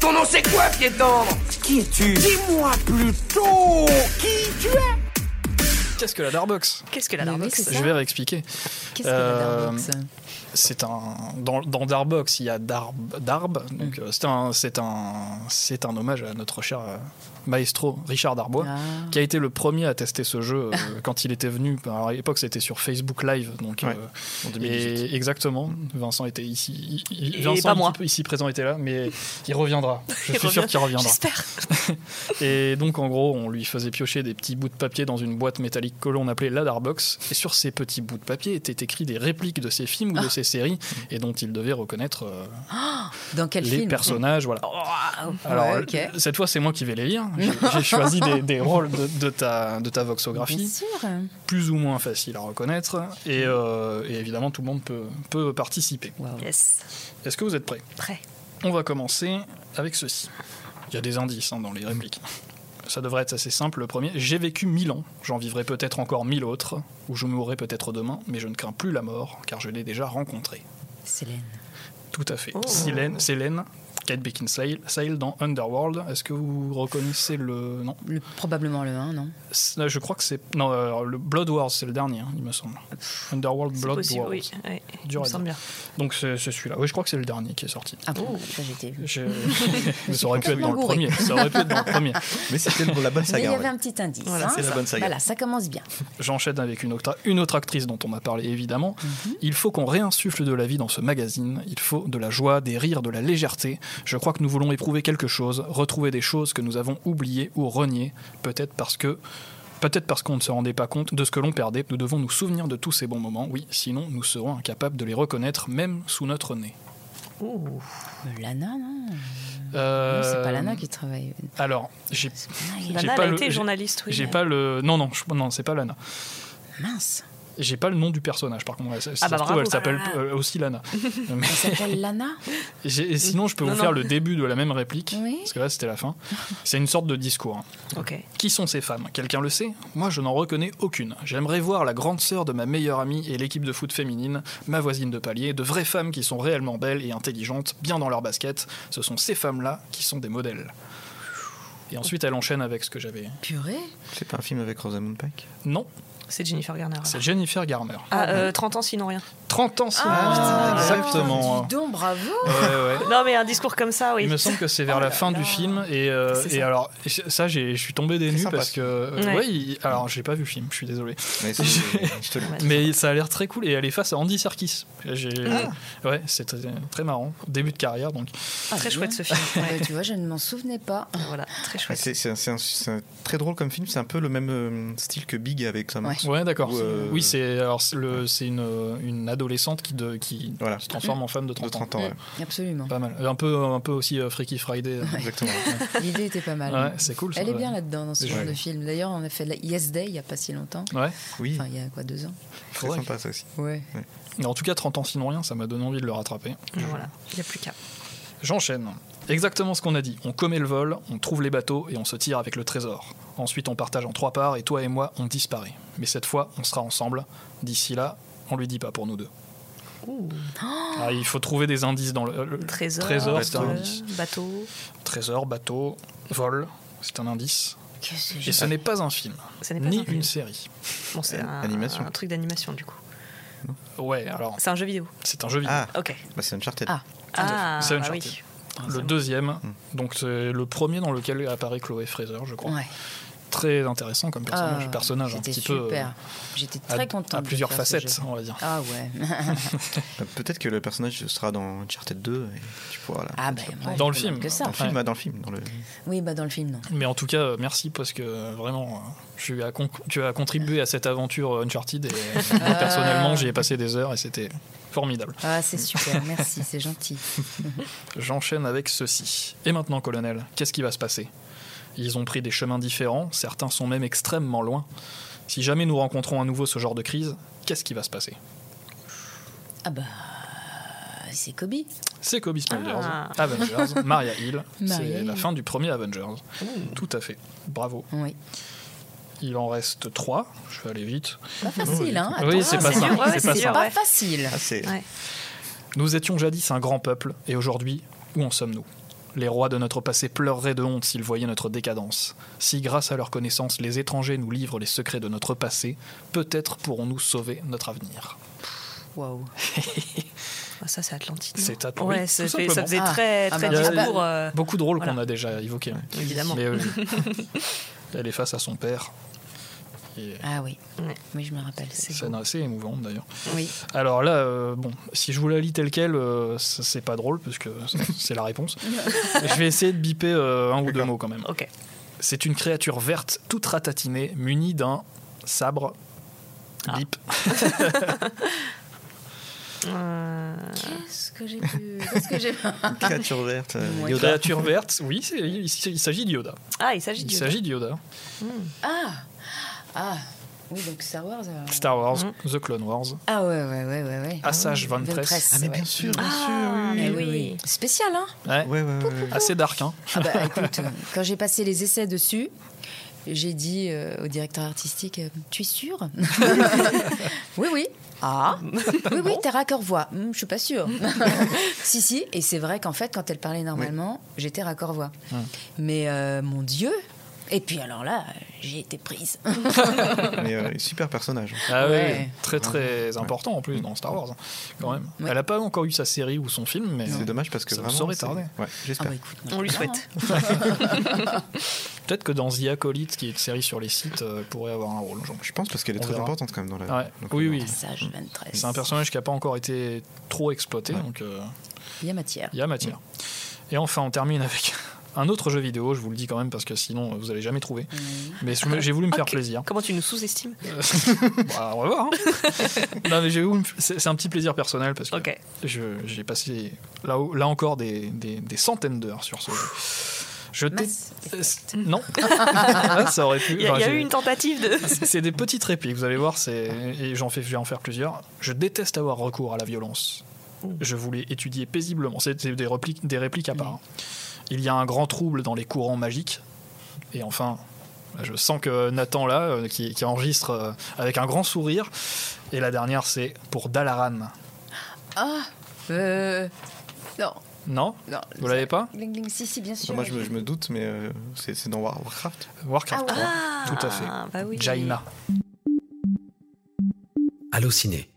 Ton nom c'est quoi, pied tendre Qui es-tu Dis-moi plutôt qui tu es Qu'est-ce que la Darbox Qu'est-ce que la Mais oui, Darbox c'est ça. Je vais réexpliquer. Qu'est-ce que la Euh, Darbox C'est un dans, dans Darbox, il y a Darb, Darb donc Mm. euh, c'est un c'est un c'est un hommage à notre cher euh, maestro Richard Darbois. Ah. qui a été le premier à tester ce jeu euh, quand il était venu. Alors, à l'époque, c'était sur Facebook Live. Donc, Ouais, euh, En 2018. et exactement. Vincent était ici. il- il- Et Vincent, pas moi. ici- ici présent, était là, mais il reviendra. Je Il suis sûr revient- qu'il reviendra. J'espère. Et donc, en gros, on lui faisait piocher des petits bouts de papier dans une boîte métallique que l'on appelait la Darbox. Et sur ces petits bouts de papier étaient écrits des répliques de ses films ou Ah. de ses séries, et dont il devait reconnaître euh, Dans quel les film personnages. Voilà. Alors, Ouais, ok. euh, cette fois, c'est moi qui vais les lire. J'ai j'ai choisi des, des rôles de, de ta, de ta voxographie Bien sûr. plus ou moins facile à reconnaître et, euh, et évidemment tout le monde peut, peut participer. Waouh. Yes. Est-ce que vous êtes prêts Prêt. On va commencer avec ceci. Il y a des indices hein, dans les répliques. Ça devrait être assez simple. Le premier, j'ai vécu mille ans, j'en vivrai peut-être encore mille autres, ou je mourrai peut-être demain, mais je ne crains plus la mort, car je l'ai déjà rencontrée. Célène. Tout à Oh. fait. Célène, Célène, Kate Beckinsale Sale dans Underworld. Est-ce que vous reconnaissez le... Non. Le- probablement le 1, non C'est- Je crois que c'est... Non, euh, le Blood Wars, c'est le dernier, hein, il me semble. Underworld C'est Blood possible, Wars. oui. Ouais, il Dur me à semble bien. Donc c'est c'est celui-là. Oui, je crois que c'est le dernier qui est sorti. Ah bon, ça, j'étais. Je- ça aurait pu être dans le complètement premier. Ça aurait pu être dans le premier. Mais c'était le- la Mais il bonne y saga. avait ouais. un petit indice. Voilà, hein. c'est la bonne saga. Voilà, ça commence bien. J'enchaîne avec une, octa- une autre actrice dont on a parlé évidemment. Mhm. Il faut qu'on réinsuffle de la vie dans ce magazine. Il faut de la joie, des rires, de la légèreté. Je crois que nous voulons éprouver quelque chose, retrouver des choses que nous avons oubliées ou reniées, peut-être parce que. Peut-être parce qu'on ne se rendait pas compte de ce que l'on perdait, nous devons nous souvenir de tous ces bons moments, oui, sinon nous serons incapables de les reconnaître même sous notre nez. Euh, Lana, non Euh, Non, C'est pas Lana qui travaille. Alors, j'ai Lana, J'ai Lana, elle pas a le- été j'ai- journaliste, oui. J'ai mais- pas le. Non, non, je- non c'est pas Lana. mince. J'ai pas le nom du personnage, par contre. Si ça se bah, trouve, bravo. elle s'appelle Ah. euh, aussi Lana. Mais Elle s'appelle Lana Oh, j'ai- sinon, je peux Non, vous non. faire le début de la même réplique, Oui. parce que là, c'était la fin. C'est une sorte de discours. hein. Ok. Qui sont ces femmes Quelqu'un le sait Moi, je n'en reconnais aucune. J'aimerais voir la grande sœur de ma meilleure amie et l'équipe de foot féminine, ma voisine de palier, de vraies femmes qui sont réellement belles et intelligentes, bien dans leur basket. Ce sont ces femmes-là qui sont des modèles. Et ensuite, elle enchaîne avec ce que j'avais. Purée C'est pas un film avec Rosamund Pike Non, C'est Jennifer Garner. alors. c'est Jennifer Garner. Ah, euh, 30 ans sinon rien. 30 ans, c'est Ah, putain, exactement. Dis donc, bravo Ouais, ouais. Non, mais un discours comme ça, oui. Il me semble que c'est vers la fin du film et, euh, C'est ça. et alors et ça j'ai- je suis tombé des C'est nues sympa, parce que euh, Ouais. ouais, il- alors j'ai pas vu le film je suis désolé Mais c'est- je te le Ouais. mais ça a l'air très cool et elle est face à Andy Serkis J'ai- ouais c'est très, très marrant début de carrière donc Ah, Très dis chouette donc. ce film. Euh, ouais. Tu vois, je ne m'en souvenais pas. voilà, très Ouais, chouette. C'est c'est un, c'est un- c'est un très drôle comme film, c'est un peu le même euh, style que Big avec sa mère. ouais d'accord Ou, euh, oui c'est alors c'est le- c'est une, une adolescente qui, de- qui Voilà, se transforme en femme de de 30 ans 30 ans. ouais. Mm, Absolument. pas mal un peu un peu aussi euh, Freaky Friday Exactement. L'idée était pas mal. ouais c'est cool ça, Elle est ouais. bien là-dedans dans ce Ouais. genre de film. D'ailleurs, on a fait la Yes Day il y a pas si longtemps. ouais Oui, Enfin, il y a quoi, deux ans très ouais. sympa ça aussi. Ouais. Mais en tout cas 30 ans sinon rien ça m'a donné envie de le rattraper Voilà, il n'y a plus qu'à. J'enchaîne. Exactement ce qu'on a dit. On commet le vol, on trouve les bateaux et on se tire avec le trésor. Ensuite, on partage en trois parts et toi et moi, on disparaît. Mais cette fois, on sera ensemble. D'ici là, on lui dit pas pour nous deux. Ah, il faut trouver des indices dans le, le- le Trésor, Trésor, c'est bateau, un euh, indice. bateau. Trésor, bateau, vol, c'est un indice. Qu'est-ce que Et j'ai ce n'est pas un film, Ce n'est pas ni un film. une série. Bon, c'est Euh, un, animation. un truc d'animation du coup. Ouais, alors C'est un jeu vidéo. c'est un jeu vidéo. Ah, Ok. bah c'est Uncharted. Ah. Ah, C'est bah Uncharted. oui. le deuxième, donc c'est le premier dans lequel apparaît Chloé Fraser, je crois. Ouais. Très intéressant comme personnage, Ah, personnage un c'était petit peu. euh, super. J'étais à- très contente. à de plusieurs faire ce facettes, jeu. on va dire. Ah ouais. Bah, Peut-être que le personnage sera dans Uncharted 2 et tu pourras là. Ah bah, moi, Dans je le film. hein. que Dans ça. le film, Ouais. ah, dans le film, dans le. Oui, bah dans le film non. Mais en tout cas, euh, merci parce que euh, vraiment, euh, je suis à con- tu as contribué à cette aventure euh, Uncharted et euh, personnellement, j'y ai passé des heures et c'était formidable. Ah c'est super, merci, c'est gentil. J'enchaîne avec ceci. Et maintenant, colonel, qu'est-ce qui va se passer Ils ont pris des chemins différents, certains sont même extrêmement loin. Si jamais nous rencontrons à nouveau ce genre de crise, qu'est-ce qui va se passer Ah bah Ah, c'est Kobe. C'est Kobe Smulders, Ah. Avengers, Maria Hill, Maria c'est la Hill. fin du premier Avengers. Tout à fait, bravo. Oui. Il en reste trois, je vais aller vite. Pas facile hein. Oui, attention, c'est pas c'est ça. dur, ouais, c'est pas c'est ça. dur. Pas ouais. facile. Ah, c'est. Ouais. Nous étions jadis un grand peuple, et aujourd'hui, où en sommes-nous Les rois de notre passé pleureraient de honte s'ils voyaient notre décadence. Si, grâce à leur connaissance, les étrangers nous livrent les secrets de notre passé, peut-être pourrons-nous sauver notre avenir. Waouh. Ah, ça, c'est Atlantide. non C'est à Ouais, ça, fait- ça simplement. faisait Ah. très, Ah, très bah, discours. euh, Beaucoup de rôles qu'on Voilà. a déjà évoqués. hein. Évidemment. Mais, euh, elle est face à son père. Et Ah oui. Ouais. Oui, je me rappelle. C'est scène assez émouvante d'ailleurs. Oui. Alors là, euh, bon, si je vous la lis telle quelle, euh, ça, c'est pas drôle parce que c'est- c'est la réponse. je vais essayer de biper euh, un ou deux mots quand même. Ok. C'est une créature verte, toute ratatinée, munie d'un sabre. Ah. Bip. Euh, Qu'est-ce que j'ai pu. Qu'est-ce que j'ai. Une créature verte. euh, Ouais. Yoda. Créature verte, oui, c'est- il, il s'agit d'Yoda. Ah, il s'agit Il du. s'agit d'Yoda. Ah Ah Oui, donc Star Wars. euh, Star Wars, Mhm. The Clone Wars, Ah ouais, ouais, ouais, ouais. ouais. Assage 23. Ah, mais bien sûr, Ah, mais oui. Spécial, hein Ouais, Ouais, ouais, ouais, ouais. Assez dark, hein. Ah bah écoute, euh, quand j'ai passé les essais dessus, j'ai dit euh, au directeur artistique euh, Tu es sûr Oui, oui. Ah Oui, oui, t'es raccord-voix. Hum, je suis pas sûre. si, si. Et c'est vrai qu'en fait, quand elle parlait normalement, j'étais raccord-voix. Mais euh, mon Dieu Et puis alors là, j'ai été prise. Mais euh, super personnage. Ah oui, Ouais. très très important en plus dans Star Wars, hein, quand même. Ouais. Elle n'a pas encore eu sa série ou son film, mais C'est dommage parce que Ça vraiment. saurait c'est- tarder. Ouais, Ah j'espère. bah écoute, moi, On lui je veux souhaite. bien, peut-être que dans The Acolyte, qui est une série sur les sites, euh, elle pourrait avoir un rôle. genre. Je pense parce qu'elle est On très verra. importante quand même dans la. Ouais. donc, Oui, on- oui. hein. Passage 23. C'est un personnage qui n'a pas encore été trop exploité, Ouais. donc euh, Il y a matière. il y a matière. Et enfin, on termine avec un autre jeu vidéo, je vous le dis quand même parce que sinon euh, vous n'allez jamais trouver. Mais je me- j'ai voulu me faire Ok. plaisir. Comment tu nous sous-estimes Bah, on va voir. hein. non, mais j'ai voulu me f- c'est c'est un petit plaisir personnel parce que Ok. Je- J'ai passé là, là encore des, des- des centaines d'heures sur ce jeu. Je t'ai- Mass Euh, Non, Ah, ça aurait pu. Il y a, il Enfin, y a j'ai- eu une tentative de. C'est c'est des petites répliques, vous allez voir, c'est- et j'en fais, je vais en faire plusieurs. Je déteste avoir recours à la violence. Je voulais étudier paisiblement. C'est c'est des répliques, des répliques à part. hein. Il y a un grand trouble dans les courants magiques. Et enfin, je sens que Nathan, là, euh, qui, qui enregistre euh, avec un grand sourire. Et la dernière, c'est pour Dalaran. Ah Euh. Non, Non non. Vous l'avez pas Gling, gling, si, si, bien Enfin, sûr. Bah, moi, je me, je me doute, mais euh, c'est c'est dans War- Warcraft. Warcraft Ah 3. ouais. Tout à fait. Ah, bah oui. Jaina. Allociné.